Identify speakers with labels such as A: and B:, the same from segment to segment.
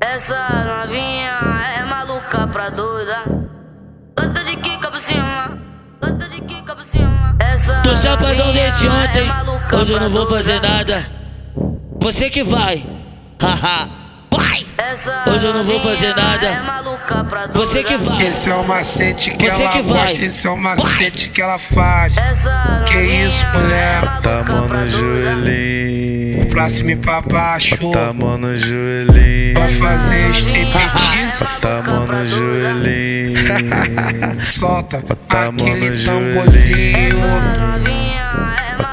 A: Essa novinha é maluca pra doida. Gosta de quica por cima. Gosta de quica por cima. Essa
B: Tô chapadão desde
A: novinha é
B: ontem,
A: maluca
B: hoje eu não
A: pra
B: vou fazer
A: doida.
B: nada. Você que vai, haha, vai!
A: Essa
B: Hoje eu não vou fazer
A: novinha
B: nada.
A: É maluca pra doida.
B: Você que vai,
C: Esse é o macete que
B: Você
C: ela
B: que vai.
C: gosta, esse é o macete que ela faz.
A: Essa
C: Que isso,
A: novinha
C: mulher?
A: é maluca
D: Tá mão
A: pra
D: no
A: doida.
D: joelhinho.
C: Pra cima e pra baixo,
D: Tá mão no joelhinho.
C: é pra fazer
A: é
C: striptease,
D: Tá mão no joelhinho.
C: solta
D: Tá a mão no
C: aquele
A: Essa
C: tamborzinho.
A: novinha é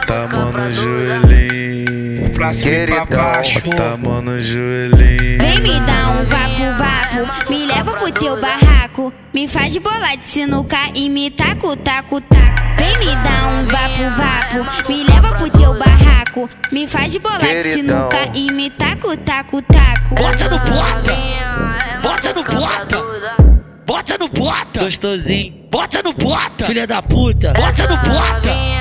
D: Tá
A: maluca
D: mão
A: pra
D: no
A: doida.
D: joelhinho.
C: Pra cima e pra baixo,
D: Tá mão no joelhinho.
E: Vem me dar um vapo-vapo, me leva pro teu barraco. Me faz de bolar de sinuca e me taco-taco-taco. Vem me dar um vapo-vapo, me leva pro teu barraco. Me faz de bolar de
F: Queridão.
E: sinuca e me taco-taco-taco.
G: Bota no bota!
A: Novinha é
G: Bota no
A: maluca pra
G: bota.
A: doida.
G: Bota no bota!
B: gostosinho,
G: Bota no bota!
B: filha da puta.
G: Bota no
A: Essa
G: bota!
A: novinha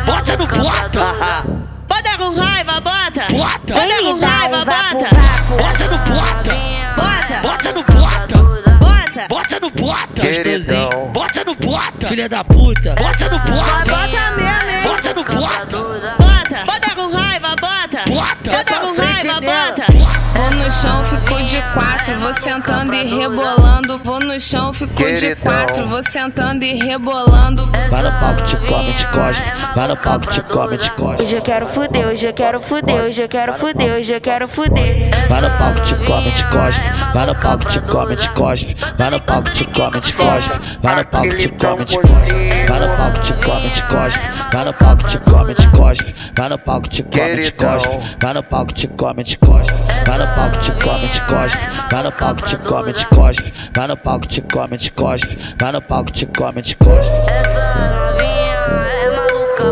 A: é
G: Bota no
A: maluca pra
G: bota.
A: doida.
H: Bota com raiva, bota! Bota
G: Bota!
H: com
E: um
H: raiva, bota!
G: Bota no bota!
H: Bota!
G: Bota no bota!
H: Bota!
G: Bota no bota!
B: Gostosinho,
F: Queridão.
G: Bota no bota!
B: filha da puta.
G: Bota no bota!
H: Bota mesmo, hein?
G: Bota no bota!
H: Bota! Bota com raiva, bota!
G: Bota!
H: Bota com raiva, bota!
I: Vou no chão, ficou de quatro, vou sentando e rebolando. Vou no chão, ficou de
F: Queridão.
I: quatro, vou sentando e rebolando.
A: Vai no palco, te come, te
B: cospe.
A: cospe.
B: Vai
A: Vai
B: no
A: no
B: palco,
A: palco,
B: te
A: te
B: come,
A: come,
B: te
A: te
B: cospe.
A: cospe.
J: Hoje eu quero fuder, hoje eu quero fuder, hoje eu quero fuder, hoje eu quero fuder.
B: Vai no palco, te come, te cospe. Vai no palco, te come, te cospe. Vai no palco, te come, te cospe. Vai no palco, te come, te cospe. Vai no palco, te come, te cospe. Vai no palco, te come, te cospe. Vai no palco, te come, te cospe. Vai no palco, te come, te cospe. Vai no palco, te come, te cospe. Vai no palco, te come, te cospe. Vai no palco, te come, te cospe. Vai no palco, te come, te cospe.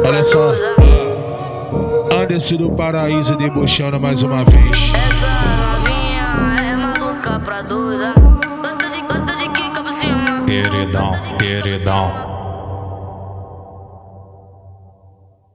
A: Olha só.
K: Anderson do Paraíso debochando mais uma vez.
A: é Queridão, queridão.